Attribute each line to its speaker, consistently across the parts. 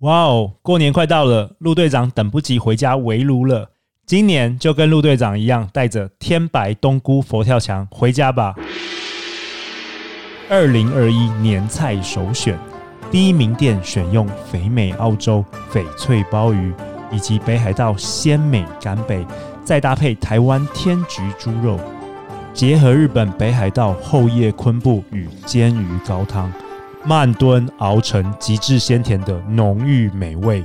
Speaker 1: 哇哦，过年快到了，陆队长等不及回家围炉了。今年就跟陆队长一样，带着天白冬菇佛跳墙回家吧。二零二一年菜首选，第一名店选用肥美澳洲翡翠鲍鱼，以及北海道鲜美干贝，再搭配台湾天菊猪肉，结合日本北海道厚叶昆布与煎鱼高汤，慢炖熬成极致鲜甜的浓郁美味。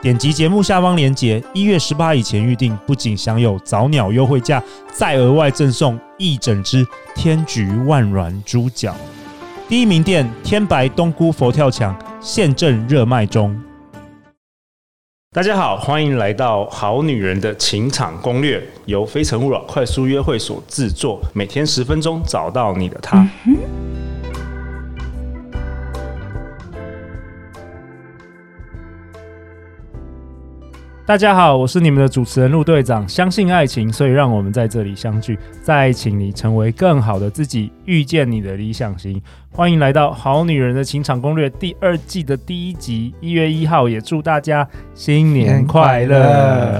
Speaker 1: 点击节目下方链接，一月十八以前预定，不仅享有早鸟优惠价，再额外赠送一整只天菊万软猪脚。第一名店天白冬菇佛跳墙现正热卖中。大家好，欢迎来到《好女人的情场攻略》，由非诚勿扰快速约会所制作，每天十分钟，找到你的他。大家好，我是你们的主持人陆队长。相信爱情，所以让我们在这里相聚，在爱情里成为更好的自己，遇见你的理想型。欢迎来到《好女人的情场攻略》第二季的第一集，一月一号，也祝大家新年快
Speaker 2: 新年快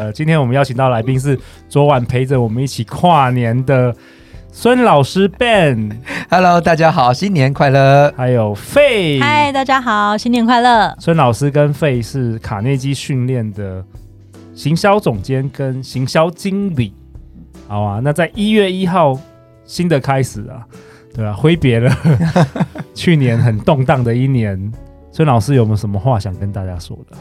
Speaker 1: 乐！今天我们邀请到来宾是昨晚陪着我们一起跨年的孙老师 Ben，
Speaker 2: Hello，大家好，新年快乐！
Speaker 1: 还有费。
Speaker 3: 嗨，大家好，新年快 乐！
Speaker 1: 孙老师跟费是卡内基训练的行销总监跟行销经理。好啊，那在一月一号新的开始啊，对啊，挥别了 去年很动荡的一年。孙老师有没有什么话想跟大家说的？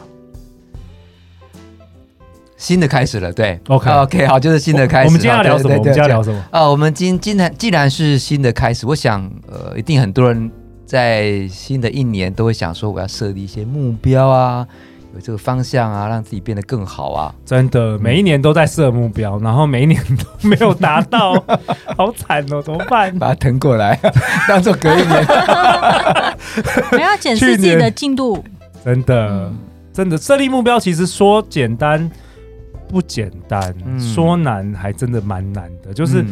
Speaker 2: 新的开始了，对
Speaker 1: OK
Speaker 2: OK，好，就是新的开始。
Speaker 1: 我们今天要聊
Speaker 2: 好
Speaker 1: 什么？
Speaker 2: 对对
Speaker 1: 我们今天要聊
Speaker 2: 对
Speaker 1: 什么？
Speaker 2: 啊、我们今既然既然是新的开始，我想呃，一定很多人在新的一年都会想说，我要设立一些目标啊，有这个方向啊，让自己变得更好 啊。
Speaker 1: 真的，每一年都在设目标，然后每一年都没有达 到，好惨哦，怎么办？
Speaker 2: 把它腾过来， 当做隔一年。
Speaker 3: 我要检视自己的进度，
Speaker 1: 真的，
Speaker 2: 嗯
Speaker 1: 真的设立目标，其实说简单不简单，
Speaker 2: 嗯
Speaker 1: 说难还真的蛮难的。就是
Speaker 2: 嗯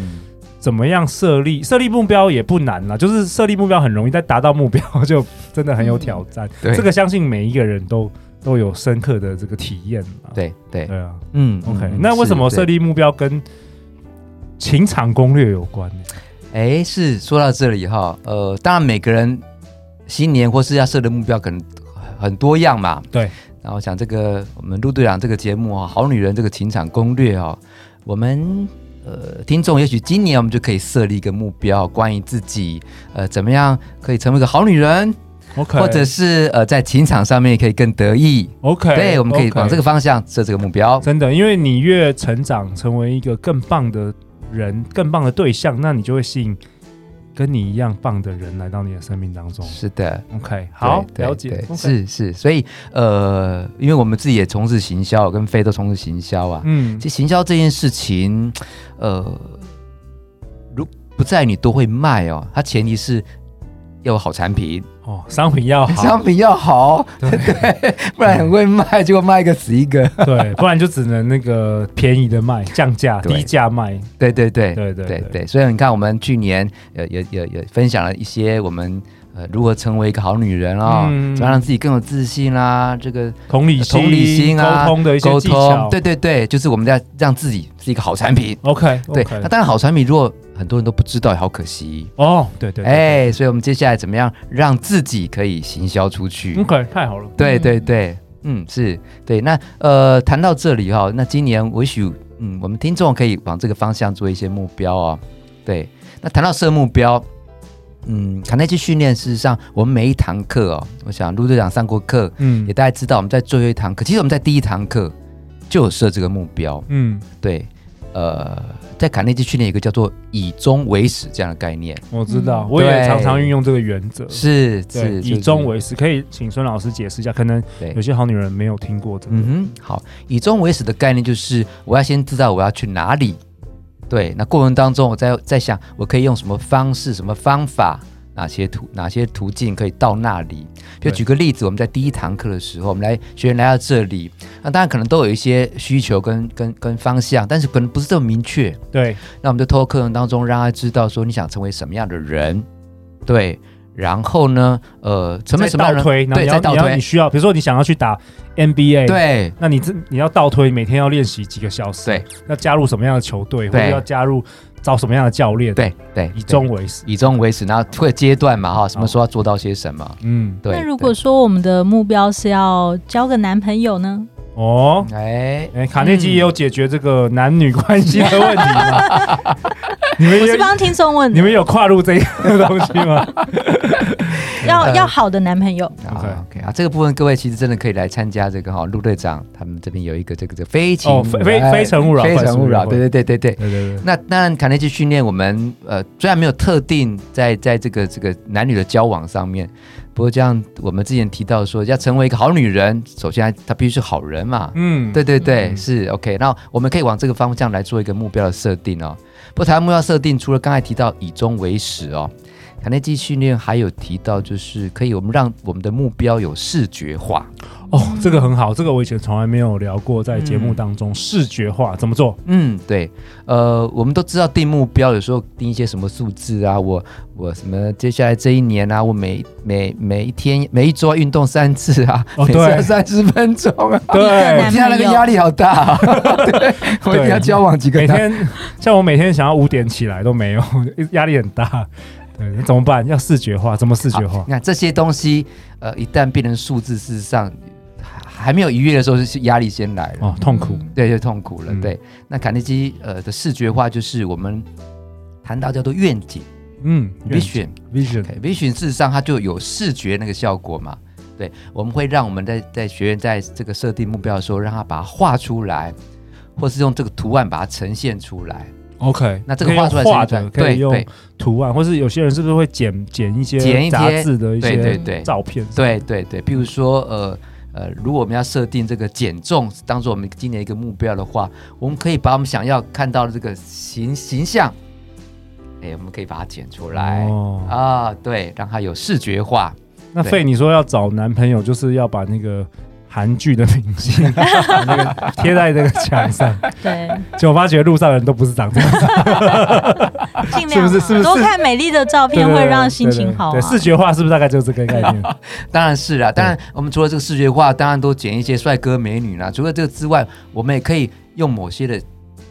Speaker 1: 怎么样设立设立目标也不难啦，就是设立目标很容易，但达到目标 就真的很有挑战。
Speaker 2: 对
Speaker 1: 这个相信每一个人都都有深刻的这个体验啦。
Speaker 2: 对对，
Speaker 1: 对啊
Speaker 2: 嗯
Speaker 1: ，OK，、
Speaker 2: 嗯
Speaker 1: 那为什么
Speaker 2: 是
Speaker 1: 设立目标跟情场攻略有关呢？
Speaker 2: 哎，是说到这里哈，呃，当然每个人新年或是要设的目标可能很多样嘛。
Speaker 1: 对。
Speaker 2: 然后想这个我们陆队长这个节目啊，《好女人这个情场攻略》啊，我们呃听众也许今年我们就可以设立一个目标，关于自己呃怎么样可以成为一个好女人，
Speaker 1: OK，
Speaker 2: 或者是呃在情场上面可以更得意。
Speaker 1: OK，
Speaker 2: 对，我们可以
Speaker 1: OK
Speaker 2: 往这个方向设这个目标。
Speaker 1: 真的，因为你越成长，成为一个更棒的人、更棒的对象，那你就会吸引跟你一样棒的人来到你的生命当中。
Speaker 2: 是的，
Speaker 1: OK，好，
Speaker 2: 对对
Speaker 1: 了解
Speaker 2: 对，
Speaker 1: OK，
Speaker 2: 是是，所以呃，因为我们自己也从事行销，啊我跟飞都从事行销啊，
Speaker 1: 嗯
Speaker 2: 其，实行销这件事情，呃，如不在于你多会卖哦，它前提是要有好产品，
Speaker 1: 哦，商 品要 好
Speaker 2: 商，品要好，
Speaker 1: 对
Speaker 2: 不然很会卖，结果卖一个死一个。
Speaker 1: 对，不然就只能那个便宜的卖，降价、
Speaker 2: 对
Speaker 1: 低价卖。
Speaker 2: 对对 对
Speaker 1: 对对
Speaker 2: 对对，所以你看，我们去年呃也也也分享了一些我们呃如何成为一个好女人哦，
Speaker 1: 嗯
Speaker 2: 怎么样让自己更有自信啦、这个
Speaker 1: 同理心、
Speaker 2: 同理心啊
Speaker 1: 沟通的一些
Speaker 2: 沟
Speaker 1: 技巧
Speaker 2: 通，。对对对，就是我们要让自己是一个好产品。
Speaker 1: ，OK，
Speaker 2: 对，那当然好产品，如果很多人都不知道，也好可惜。
Speaker 1: 哦，对对，对
Speaker 2: 哎、所以我们接下来怎么样让自己可以行销出去？
Speaker 1: 嗯，OK，太好了。
Speaker 2: 对对对，嗯，是对。那呃，谈到这里哈、那今年我也许嗯，我们听众可以往这个方向做一些目标哦。对，那谈到设目标，嗯，卡内基训练，事实上我们每一堂课哦，我想陆队长上过课，
Speaker 1: 嗯
Speaker 2: 也大家知道我们在最后一堂课，其实我们在第一堂课就有设这个目标。
Speaker 1: 嗯，
Speaker 2: 对，呃，在卡内基训练有一个叫做以终为始这样的概念，
Speaker 1: 我知道，我也
Speaker 2: 嗯对
Speaker 1: 常常运用这个原则。
Speaker 2: 是
Speaker 1: 对，
Speaker 2: 是
Speaker 1: 以
Speaker 2: 就是
Speaker 1: 终为始，可以请孙老师解释一下，可能
Speaker 2: 对
Speaker 1: 有些好女人没有听过这个。
Speaker 2: 嗯哼，好，以终为始的概念就是我要先知道我要去哪里。对，那过程当中我在在想，我可以用什么方式、什么方法、哪些途、哪些途径可以到那里？就
Speaker 1: 对
Speaker 2: 举个例子，我们在第一堂课的时候，我们来学员来到这里，那当然可能都有一些需求跟跟跟方向，但是可能不是这么明确。
Speaker 1: 对，
Speaker 2: 那我们就透过课程当中让他知道说你想成为什么样的人，对，然后呢，呃，成本
Speaker 1: 再
Speaker 2: 什么样
Speaker 1: 倒
Speaker 2: 的
Speaker 1: 推，然后
Speaker 2: 对，
Speaker 1: 你
Speaker 2: 再
Speaker 1: 要
Speaker 2: 倒
Speaker 1: 你要你
Speaker 2: 推，
Speaker 1: 需要，比如说你想要去打 NBA，，
Speaker 2: 对
Speaker 1: 那你这你要倒推，每天要练习几个小时，
Speaker 2: 对，
Speaker 1: 要加入什么样的球队，或
Speaker 2: 对
Speaker 1: 者要加入找什么样的教练，，
Speaker 2: 对对，
Speaker 1: 以终为始，
Speaker 2: 以终为始，然后会阶段嘛哈，什么时候要做到些什么？
Speaker 1: 嗯，
Speaker 2: 对，
Speaker 3: 那如果说我们的目标是要交个男朋友呢？
Speaker 1: 哦。
Speaker 2: 对哎，
Speaker 1: 哎，卡内基也有解决这个男女关系的问题吗？ 你们
Speaker 3: 我是
Speaker 1: 也
Speaker 3: 帮听众问
Speaker 1: 你
Speaker 3: 的，
Speaker 1: 们有跨入这个东西吗？呃
Speaker 3: 要要好的男朋友，
Speaker 1: OK
Speaker 2: 啊 OK 啊，这个部分各位其实真的可以来参加这个哈，陆队长他们这边有一个这个这个非情
Speaker 1: 哦非非
Speaker 2: 哎
Speaker 1: 非诚勿扰
Speaker 2: 非
Speaker 1: 快
Speaker 2: 诚
Speaker 1: 速
Speaker 2: 勿
Speaker 1: 约
Speaker 2: 扰，对
Speaker 1: 会
Speaker 2: 对对 对对。
Speaker 1: 对对对，
Speaker 2: 那当然，卡内基训练我们呃，虽然没有特定在在这个这个男女的交往上面，不过这样我们之前提到说，要成为一个好女人，首先她必须是好人嘛，
Speaker 1: 嗯，
Speaker 2: 对对对，
Speaker 1: 嗯
Speaker 2: 是 OK。那我们可以往这个方向来做一个目标的设定哦。不过台湾目标设定除了刚才提到以终为始哦，卡内基训练还有提到就是可以我们让我们的目标有视觉化。
Speaker 1: 哦，
Speaker 2: 嗯
Speaker 1: 这个很好，这个我以前从来没有聊过，在节目当中、视觉化怎么做？
Speaker 2: 嗯，对，呃，我们都知道定目标，有时候定一些什么数字啊，我我什么接下来这一年啊，我每每每一天每一周要运动三次啊，
Speaker 1: 哦
Speaker 2: 每次
Speaker 1: 对
Speaker 2: 要三十分钟啊。
Speaker 3: 一个
Speaker 1: 对
Speaker 2: 我
Speaker 3: 男
Speaker 2: 听到那个压力好 大、啊，对，我一定要交往几个
Speaker 1: 每
Speaker 2: 男
Speaker 1: 天像我每天想要五点起来都没有， 压力很大。对，那怎么办？要视觉化，怎么视觉化
Speaker 2: 好？你看这些东西，呃，一旦变成数字，事实上还还没有愉悦的时候，是压力先来了，
Speaker 1: 哦，痛苦。
Speaker 2: 对，就痛苦了。
Speaker 1: 嗯
Speaker 2: 对，那卡内基呃的视觉化就是我们谈到叫做愿景
Speaker 1: 嗯
Speaker 2: vision。
Speaker 1: vision，
Speaker 2: OK，vision 事实上它就有视觉那个效果嘛。对，我们会让我们在在学员在这个设定目标的时候，让他把它画出来，或是用这个图案把它呈现出来。
Speaker 1: OK，
Speaker 2: 那这个
Speaker 1: 可以用
Speaker 2: 画出来
Speaker 1: 画
Speaker 2: 是一
Speaker 1: 的
Speaker 2: 段
Speaker 1: 可以
Speaker 2: 对
Speaker 1: 用
Speaker 2: 对
Speaker 1: 图案，或是有些人是不是会剪剪一
Speaker 2: 剪一
Speaker 1: 些
Speaker 2: 些
Speaker 1: 杂志的一
Speaker 2: 对
Speaker 1: 些
Speaker 2: 对对
Speaker 1: 照片？
Speaker 2: 对对对，比如说呃呃，如果我们要设定这个减重当做我们今年一个目标的话，我们可以把我们想要看到的这个形形象，哎，我们可以把它剪出来、
Speaker 1: 哦，
Speaker 2: 啊，对，让它有视觉化。
Speaker 1: 那
Speaker 2: 对
Speaker 1: 费你说要找男朋友，就是要把那个韩剧的明星 把那个贴在这个墙上。
Speaker 3: 对，
Speaker 1: 结果发觉路上的人都不是长这 样，
Speaker 3: 尽量啊
Speaker 1: 是不是是不是
Speaker 3: 多看美丽的照
Speaker 1: 对
Speaker 3: 片
Speaker 1: 对对
Speaker 3: 会让心情好啊
Speaker 1: 对，。视觉化是不是大概就是这个概 念？
Speaker 2: 当然是啦、当然我们除了这个视觉化，当然都剪一些帅哥美女啦。除了这个之外，我们也可以用某些的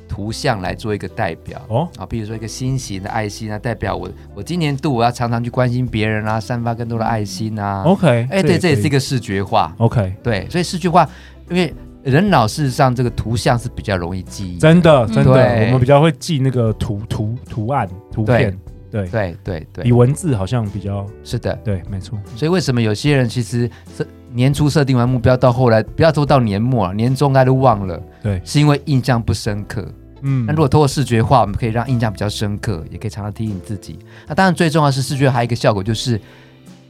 Speaker 2: 图像来做一个代表。
Speaker 1: 哦，
Speaker 2: 啊，比如说一个心形的爱心啊，代表我我今年度我要常常去关心别人啊，散发更多的爱心啊。
Speaker 1: OK，
Speaker 2: 哎，对，这也是一
Speaker 1: 个
Speaker 2: 个视觉化，
Speaker 1: OK，
Speaker 2: 对，所以视觉化，因为人脑事实上这个图像是比较容易记忆的，
Speaker 1: 真的
Speaker 3: 嗯
Speaker 1: 真的，
Speaker 2: 对
Speaker 1: 我们比较会记那个图图图案图片，对，
Speaker 2: 对对
Speaker 1: 比
Speaker 2: 对，
Speaker 1: 文字好像比较
Speaker 2: 是的，
Speaker 1: 对，没错，
Speaker 2: 所以为什么有些人其实设年初设定完目标，到后来不要说到年末、啊，年终大家都忘了，
Speaker 1: 对
Speaker 2: 是因为印象不深刻。
Speaker 1: 嗯
Speaker 2: 那如果透过视觉化，我们可以让印象比较深刻，也可以常常提醒自己。那当然最重要的是视觉还有一个效果就是，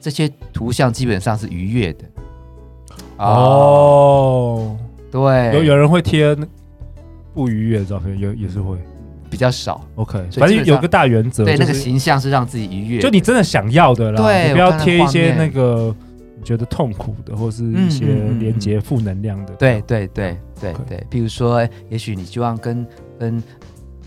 Speaker 2: 这些图像基本上是愉悦的。啊
Speaker 1: 哦，
Speaker 2: 对，
Speaker 1: 有有人会贴那不愉悦的照片，有也是会
Speaker 2: 比较少，
Speaker 1: OK，
Speaker 2: 所以
Speaker 1: 反
Speaker 2: 基
Speaker 1: 正
Speaker 2: 本
Speaker 1: 有
Speaker 2: 上
Speaker 1: 个大原则，
Speaker 2: 对，
Speaker 1: 就
Speaker 2: 那个
Speaker 1: 是
Speaker 2: 形象是让自己愉悦的。
Speaker 1: 就你真的想要的啦，
Speaker 2: 对
Speaker 1: 你不要
Speaker 2: 我看到
Speaker 1: 贴一些
Speaker 2: 画面
Speaker 1: 那个你觉得痛苦的，或是一些
Speaker 2: 嗯嗯嗯
Speaker 1: 连接负能量的，
Speaker 2: 对对对对
Speaker 1: OK
Speaker 2: 对，比如说，也许你希望跟跟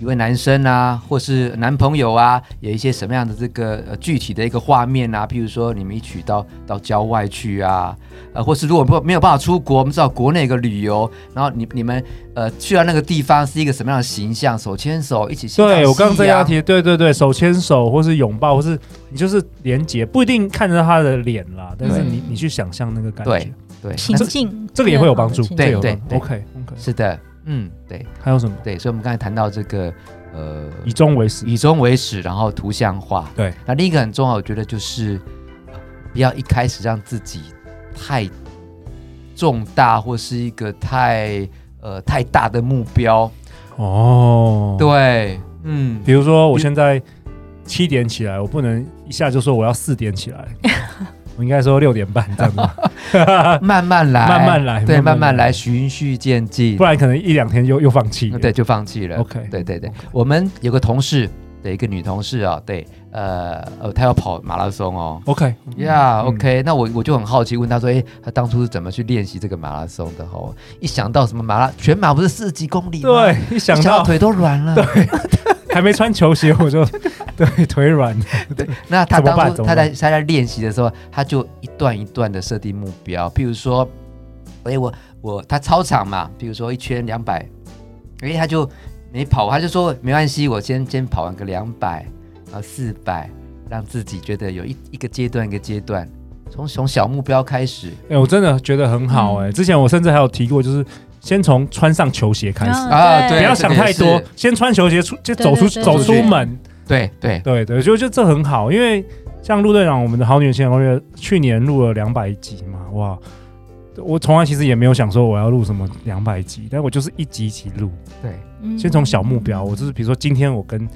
Speaker 2: 一位男生啊，或是男朋友啊，有一些什么样的这个、呃、具体的一个画面啊，譬如说你们一起到到郊外去啊，呃，或是如果不没有办法出国，我们知道国内有个旅游，然后你你们呃去到那个地方是一个什么样的形象，手牵手一起欣赏夕
Speaker 1: 对，
Speaker 2: 阳
Speaker 1: 我刚刚这样，提，对对对，手牵手或是拥抱，或是你就是连接，不一定看着他的脸啦，但是
Speaker 3: 对
Speaker 1: 你你去想象那个感觉
Speaker 2: 对，啊对，
Speaker 3: 情
Speaker 2: 那
Speaker 3: 境
Speaker 1: 这个也会有帮助。
Speaker 3: 情
Speaker 2: 对
Speaker 3: 境
Speaker 1: 这个有帮
Speaker 2: 对
Speaker 1: OK OK，
Speaker 2: 是的，嗯，对
Speaker 1: 还有什么？
Speaker 2: 对，所以我们刚才谈到这个呃
Speaker 1: 以终为始。
Speaker 2: 以终为始，然后图像化。
Speaker 1: 对，
Speaker 2: 那另一个很重要，我觉得就是呃不要一开始让自己太重大或是一个太呃太大的目标。
Speaker 1: 哦，，
Speaker 2: 对，嗯，
Speaker 1: 比如说我现在七点起来，我不能一下就说我要四点起来， 我应该说六点半这 样吧，
Speaker 2: 慢慢来，
Speaker 1: 慢慢来
Speaker 2: 对，
Speaker 1: 慢
Speaker 2: 慢
Speaker 1: 慢
Speaker 2: 慢
Speaker 1: 来
Speaker 2: 来，循序渐进
Speaker 1: 不，然可能一两天又又放弃了。
Speaker 2: 对，就放弃了。
Speaker 1: ，OK，
Speaker 2: 对对对，我们有个同事的一个女同事啊、对，呃呃，她要跑马拉松哦。
Speaker 1: ，OK，
Speaker 2: 呀、
Speaker 1: 嗯
Speaker 2: o k 那我我就很好奇问他说，诶，他当初是怎么去练习这个马拉松的？哦，一想到什么马拉全马不是四十几公里吗？
Speaker 1: 对，一想
Speaker 2: 一想到
Speaker 1: 到
Speaker 2: 腿都软了。
Speaker 1: 还没穿球鞋我就 对腿软。
Speaker 2: 那他
Speaker 1: 怎么办
Speaker 2: 当初
Speaker 1: 怎么
Speaker 2: 他
Speaker 1: 办
Speaker 2: 在他在练习的时候，他就一段一段的设定目标，譬如说，哎、我我他操场嘛，比如说一圈两百，哎他就没跑，他就说没关系，我先先跑完个两百，然后四百，让自己觉得有一一个阶段一个阶段，从从小目标开始
Speaker 1: 哎、我真的觉得很好
Speaker 3: 嗯
Speaker 1: 哎、之前我甚至还有提过，就是先从穿上球鞋开始，
Speaker 3: 嗯对
Speaker 1: 不要
Speaker 2: 啊哎这
Speaker 1: 想
Speaker 2: 个也
Speaker 1: 太多
Speaker 2: 是，
Speaker 1: 先穿球鞋出就
Speaker 3: 对
Speaker 1: 走出
Speaker 3: 对对
Speaker 1: 走
Speaker 2: 对
Speaker 1: 出
Speaker 2: 对
Speaker 1: 门。
Speaker 2: 对对，
Speaker 1: 对对，就就这很好，因为像陆队长，我们的好女性攻略去年录了两百集嘛，哇！我从来其实也没有想说我要录什么两百集，但我就是一集一集录，
Speaker 2: 对，
Speaker 3: 嗯
Speaker 1: 先从小目标，我就是比如说今天我跟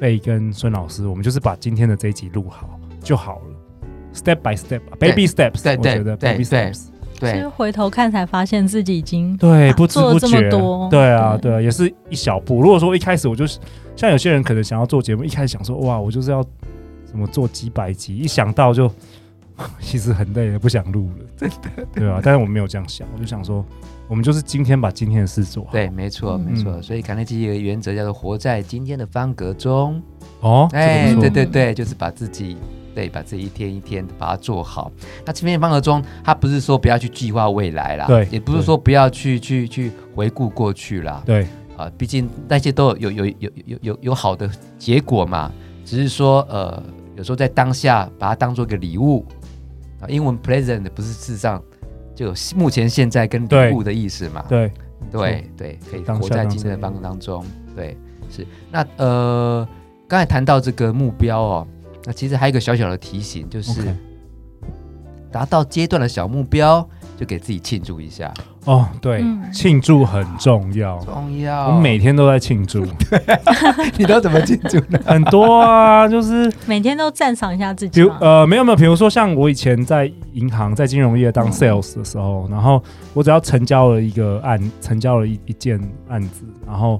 Speaker 1: 贝跟孙老师，我们就是把今天的这一集录好就好了，step by step，baby steps，
Speaker 2: 对
Speaker 1: 我
Speaker 2: 对
Speaker 1: 觉得
Speaker 2: 对
Speaker 1: baby
Speaker 2: 对
Speaker 1: steps，
Speaker 3: 其
Speaker 2: 对
Speaker 3: 实回头看才发现自己已经
Speaker 1: 对，
Speaker 3: 啊
Speaker 1: 不知
Speaker 3: 做
Speaker 1: 不
Speaker 3: 了这么
Speaker 1: 觉
Speaker 3: 多，
Speaker 1: 对啊，对啊，也是一小步。如果说一开始我就是像有些人可能想要做节目，一开始想说哇，我就是要什么做几百集，一想到就 其实很累了，不想录了，真的， 对啊，但是我没有这样想，我就想说，我们就是今天把今天的事做好。
Speaker 2: 对，没错
Speaker 3: 嗯
Speaker 2: 没错，所以卡内基有一个原则叫做活在今天的方格中。
Speaker 1: 哦，
Speaker 2: 哎
Speaker 1: 这个，不
Speaker 2: 对
Speaker 1: 错，
Speaker 2: 对对，就是把自己对把自己一天一天地把它做好。那这边方格中，他不是说不要去计划未来啦，
Speaker 1: 对
Speaker 2: 也不是说不要去去去回顾过去啦，
Speaker 1: 对，
Speaker 2: 啊，毕竟那些都有有有有有有有好的结果嘛，只是说呃，有时候在当下把它当做一个礼物啊，英文 present 不是事实上就有目前现在跟
Speaker 1: 对
Speaker 2: 礼物的意思嘛，
Speaker 1: 对，
Speaker 2: 对对，可以
Speaker 1: 当
Speaker 2: 活
Speaker 1: 下
Speaker 2: 在
Speaker 1: 当
Speaker 2: 今天的
Speaker 1: 下
Speaker 2: 方当中。对，是那呃，刚才谈到这个目标哦，那其实还有一个小小的提醒，就是
Speaker 1: OK
Speaker 2: 达到阶段的小目标，就给自己庆祝一下，
Speaker 1: 哦，对
Speaker 3: 嗯，
Speaker 1: 庆祝很重要。
Speaker 2: 重要。
Speaker 1: 我 每天都在庆祝，
Speaker 2: 你都怎么庆祝呢？
Speaker 1: 很多啊，就是
Speaker 3: 每天都赞赏一下自
Speaker 1: 比
Speaker 3: 己
Speaker 1: 如
Speaker 3: 嘛。
Speaker 1: 呃，没有没有，比如说像我以前在银行、在金融业当 sales 的时候，然后我只要成交了一个案，成交了一一件案子，然后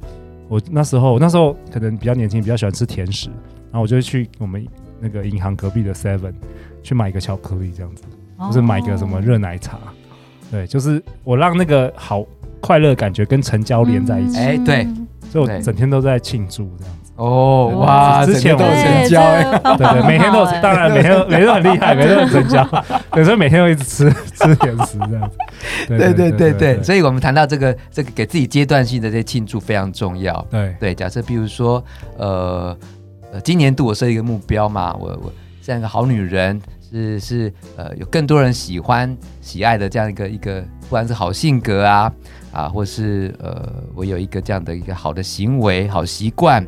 Speaker 1: 我那时候那时候可能比较年轻，比较喜欢吃甜食，然后我就会去我们那个银行隔壁的 Seven 去买一个巧克力，这样子，
Speaker 3: 哦
Speaker 1: 就是买一个什么热奶茶，对，就是我让那个好快乐感觉跟成交连在一起，
Speaker 2: 哎对
Speaker 3: 嗯
Speaker 1: 所以
Speaker 2: 对
Speaker 1: 我整天都在庆祝这样子。
Speaker 2: 哦，
Speaker 1: 对
Speaker 2: 哇，
Speaker 1: 之
Speaker 2: 整
Speaker 1: 前
Speaker 2: 个都
Speaker 1: 我
Speaker 2: 有
Speaker 1: 是
Speaker 2: 成
Speaker 3: 对，这
Speaker 2: 交哎、
Speaker 3: 个 方
Speaker 1: 对
Speaker 3: 法
Speaker 1: 对，每天都有
Speaker 3: 很好哎
Speaker 1: 当然每天都每天都很厉害，每天都很 成交，对，所以每天都一直吃 吃甜食这样子。
Speaker 2: 对对对对，所以我们谈到这个这个给自己阶段性的这些庆祝非常重要。
Speaker 1: 对
Speaker 2: 对，假设比如说，呃，呃，今年度我设一个目标嘛，我我这样一个好女人，是是呃，有更多人喜欢喜爱的这样一个一个，不管是好性格啊啊，或是呃，我有一个这样的一个好的行为、好习惯。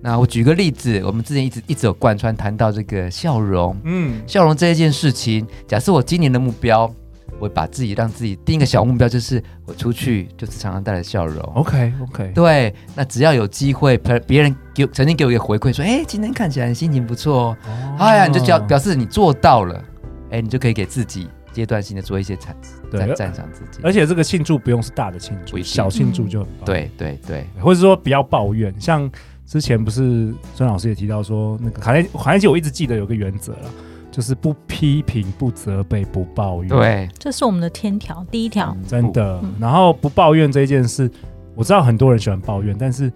Speaker 2: 那我举个例子，我们之前一直一直有贯穿谈到这个笑容，
Speaker 1: 嗯，
Speaker 2: 笑容这一件事情，假设我今年的目标，我把自己让自己定一个小目标，就是我出去就是常常带着笑容。
Speaker 1: ，OK OK，
Speaker 2: 对，那只要有机会，别别人给曾经给我一个回馈，说，哎，今天看起来你心情不错哦，哎呀，你就表
Speaker 1: 哦
Speaker 2: 表示你做到了，哎，你就可以给自己阶段性的做一些赞赞
Speaker 1: 对，
Speaker 2: 赞赏自己。
Speaker 1: 而且这个庆祝不用是大的庆
Speaker 2: 不
Speaker 1: 祝，
Speaker 2: 一定
Speaker 1: 小庆祝就很棒，
Speaker 2: 对对对，
Speaker 1: 对，或者说不要抱怨，像之前不是孙老师也提到说，那个卡内卡内基，我一直记得有个原则了，就是不批评、不责备、不抱怨，
Speaker 2: 对，
Speaker 3: 这是我们的天条，第一条。
Speaker 1: 真的
Speaker 3: 嗯。
Speaker 1: 然后不抱怨这件事，我知道很多人喜欢抱怨，但是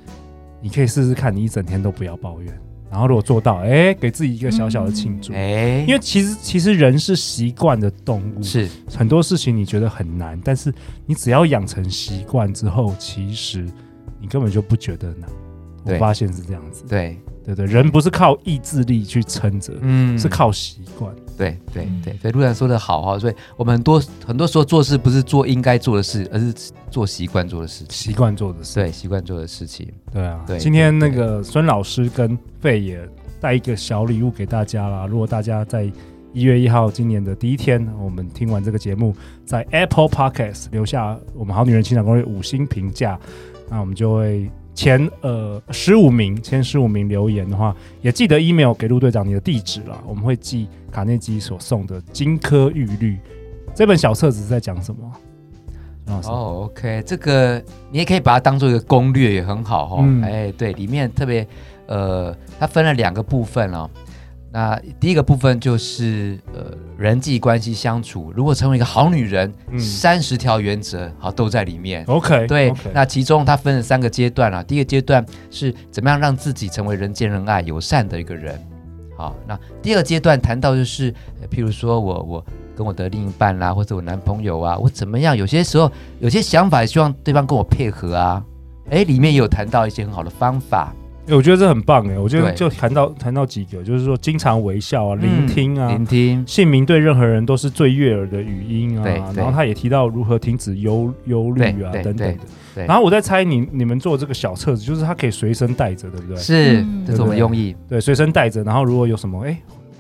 Speaker 1: 你可以试试看，你一整天都不要抱怨。然后如果做到，哎，给自己一个小小的庆祝。
Speaker 2: 哎，
Speaker 1: 因为其实其实人是习惯的动物，
Speaker 2: 是
Speaker 1: 很多事情你觉得很难，但是你只要养成习惯之后，其实你根本就不觉得难。我
Speaker 2: 对
Speaker 1: 发现是这样子，
Speaker 2: 对，
Speaker 1: 对对，人不是靠意志力去撑着，
Speaker 2: 嗯
Speaker 1: 是靠习惯。
Speaker 2: 对对对对，陆然说的好哈，所以我们很多很多时候做事不是做应该做的事，而是做习惯做的事情，
Speaker 1: 习惯做的事，
Speaker 2: 对，习惯做的事情，
Speaker 1: 对啊，
Speaker 2: 对
Speaker 1: 今天那
Speaker 2: 对
Speaker 1: 个孙老师跟费也带一个小礼物给大家啦。如果大家在一月一号今年的第一天，我们听完这个节目，在 Apple Podcast 留下我们好女人情感攻略五星评价，那我们就会前呃十五名前十五名留言的话，也记得 email 给陆队长你的地址啦，我们会寄卡内基所送的《金科玉律》这本小册子是在讲什么啊？孙老师，
Speaker 2: 哦、o k 这个你也可以把它当做一个攻略，也很好哦。
Speaker 1: 嗯
Speaker 2: 哎，对，里面特别呃，它分了两个部分哦。那第一个部分就是呃人际关系相处，如果成为一个好女人，
Speaker 1: 嗯
Speaker 2: 三十条原则好都在里面。
Speaker 1: OK，
Speaker 2: 对
Speaker 1: o k
Speaker 2: 那其中它分了三个阶段啊。第一个阶段是怎么样让自己成为人见人爱、友善的一个人。好，那第二个阶段谈到就是，呃譬如说我我跟我的另一半啦、或者我男朋友啊，我怎么样？有些时候有些想法，希望对方跟我配合啊。诶，里面也有谈到一些很好的方法，
Speaker 1: 欸我觉得这很棒哎，我觉得
Speaker 2: 对
Speaker 1: 就谈到谈到几个，就是说经常微笑啊，聆
Speaker 2: 嗯
Speaker 1: 听啊，
Speaker 2: 聆听，
Speaker 1: 姓名对任何人都是最悦耳的语音啊
Speaker 2: 对。对
Speaker 1: 然后他也提到如何停止忧忧虑啊
Speaker 2: 对对
Speaker 1: 等等的。
Speaker 2: 对
Speaker 1: 然后我在猜你你们做这个小册子，就是它可以随身带着，对不对？
Speaker 2: 是
Speaker 3: 嗯
Speaker 2: 这是我们用意。
Speaker 1: 对，随身带着。然后如果有什么哎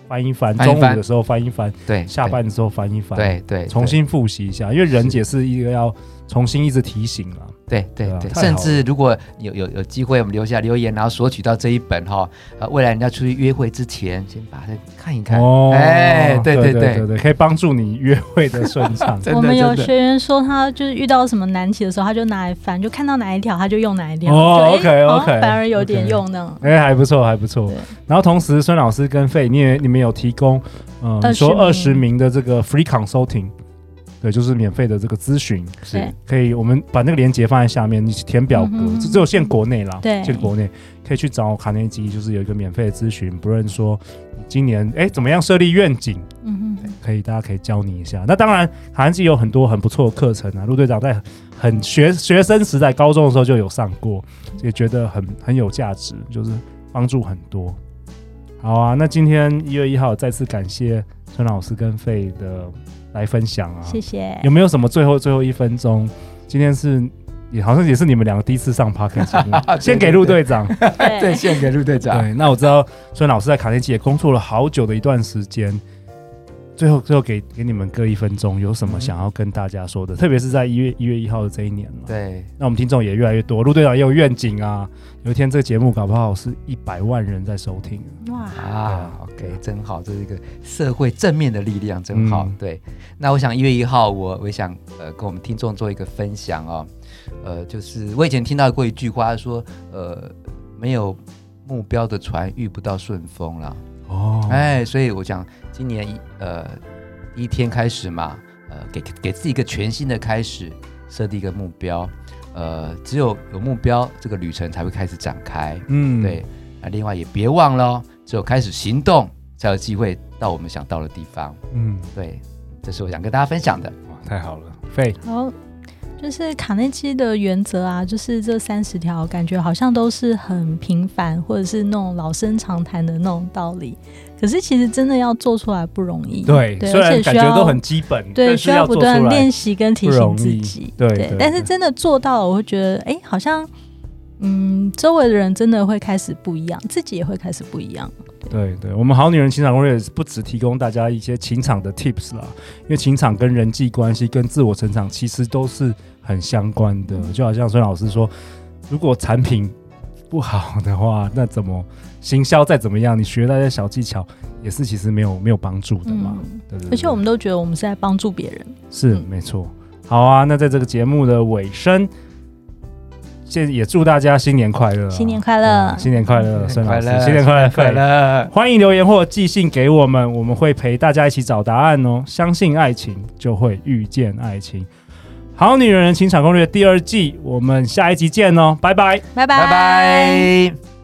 Speaker 1: 翻一翻，
Speaker 2: 翻一
Speaker 1: 中午
Speaker 2: 翻
Speaker 1: 的时候翻一翻，
Speaker 2: 对，
Speaker 1: 下班的时候翻一翻，，
Speaker 2: 对对，对
Speaker 1: 重新复习一下，因为人也是一个要重新一直提醒啊。
Speaker 2: 对对
Speaker 1: 对啊
Speaker 2: 对，
Speaker 1: 太好
Speaker 2: 甚
Speaker 1: 了
Speaker 2: 至如果有有有机会，我们留下留言，然后索取到这一本哈，呃，未来人家出去约会之前，先把它看一
Speaker 1: 哦
Speaker 2: 看。哎，对对
Speaker 1: 对对
Speaker 2: 对，
Speaker 1: 对，可以帮助你约会的顺畅。
Speaker 2: 真的
Speaker 3: 我们有
Speaker 2: 真的
Speaker 3: 学员说，他就是遇到什么难题的时候，他就拿来翻，就看到哪一条他就用哪一条，
Speaker 1: 哦
Speaker 3: 就诶
Speaker 1: OK，
Speaker 3: 好像
Speaker 1: OK，
Speaker 3: 反而有点
Speaker 1: OK
Speaker 3: 用呢。
Speaker 1: 哎、还不错，还不错
Speaker 3: 对。
Speaker 1: 然后同时，孙老师跟费，你也你们有提供，嗯、你说二
Speaker 3: 20
Speaker 1: 十
Speaker 3: 名
Speaker 1: 名的这个 free consulting，对，就是免费的这个咨询，
Speaker 2: 是
Speaker 1: 可以，我们把那个链接放在下面，你填表格，
Speaker 3: 嗯哼
Speaker 1: 只只有限国内啦，
Speaker 3: 对
Speaker 1: 限国内可以去找卡内基，就是有一个免费的咨询，不论说你今年哎怎么样设立愿景，
Speaker 3: 嗯哼，
Speaker 1: 可以，大家可以教你一下。那当然，卡内基有很多很不错的课程啊，陆队长在很学学生时代，高中的时候就有上过，也觉得很很有价值，就是帮助很多。好啊，那今天一月一号再次感谢孙老师跟费的来分享啊，
Speaker 3: 谢谢。
Speaker 1: 有没有什么最后最后一分钟？今天是也好像也是你们两个第一次上 p a r k 节 目，先给陆队长。
Speaker 2: 对，
Speaker 3: 对，
Speaker 1: 哎
Speaker 2: 献给陆队长。
Speaker 1: 对，啊那我知道孙老师在卡内基也工作了好久的一段时间。最后，最后给给你们各一分钟，有什么想要跟大家说的？特别是在一月一月一号的这一年嘛，
Speaker 2: 对，
Speaker 1: 那我们听众也越来越多，陆队长也有愿景啊。有一天这个节目搞不好是一百万人在收听，
Speaker 3: 哇，
Speaker 2: 啊，OK，真好，这是一个社会正面的力量，真好
Speaker 1: 嗯。
Speaker 2: 对，那我想一月一号，我我想呃跟我们听众做一个分享哦，呃，就是我以前听到过一句话说，呃，没有目标的船遇不到顺风啦。
Speaker 1: 哦，
Speaker 2: 哎，所以我讲今年一呃第一天开始嘛，呃，给给自己一个全新的开始，设定一个目标，呃，只有有目标，这个旅程才会开始展开。
Speaker 1: 嗯，
Speaker 2: 对，那另外也别忘了哦，只有开始行动，才有机会到我们想到的地方。
Speaker 1: 嗯，
Speaker 2: 对，这是我想跟大家分享的。
Speaker 1: 哇，太好了，费，
Speaker 3: 好，就是卡内基的原则啊，就是这三十条，感觉好像都是很平凡，或者是那种老生常谈的那种道理。可是其实真的要做出来不容易，
Speaker 1: 对，
Speaker 3: 对
Speaker 1: 虽
Speaker 3: 而
Speaker 1: 然
Speaker 3: 且
Speaker 1: 感
Speaker 3: 需
Speaker 1: 觉
Speaker 3: 要
Speaker 1: 都很基本，
Speaker 3: 对，
Speaker 1: 但
Speaker 3: 需
Speaker 1: 是
Speaker 3: 要
Speaker 1: 要
Speaker 3: 不
Speaker 1: 做
Speaker 3: 断
Speaker 1: 出来
Speaker 3: 练，习跟提
Speaker 1: 不容
Speaker 3: 醒自
Speaker 1: 易
Speaker 3: 己，
Speaker 1: 对对
Speaker 3: 但是
Speaker 1: 对
Speaker 3: 真的做到了，我会觉得，哎，好像，嗯，周围的人真的会开始不一样，自己也会开始不一样。
Speaker 1: 对对，我们好女人情场攻略不只提供大家一些情场的 tips 啦，因为情场跟人际关系、跟自我成长其实都是很相关的。就好像孙老师说，如果产品不好的话，那怎么行销再怎么样，你学那些小技巧也是其实没有没有帮助的嘛。
Speaker 3: 嗯，
Speaker 1: 对对对
Speaker 3: 而且我们都觉得我们是在帮助别人。
Speaker 1: 是、
Speaker 3: 嗯
Speaker 1: 没错。好啊，那在这个节目的尾声，现也祝大家新年快乐啊、
Speaker 3: 新年快乐
Speaker 1: 对新年快乐，孙老师，新
Speaker 2: 新
Speaker 1: 年
Speaker 2: 年
Speaker 1: 快乐，
Speaker 2: 快乐，
Speaker 1: 欢迎留言或寄信给我们，我们会陪大家一起找答案哦。相信爱情，就会遇见爱情。好女人情场攻略第二季，我们下一集见哦，拜拜。
Speaker 3: 拜拜
Speaker 2: 拜拜。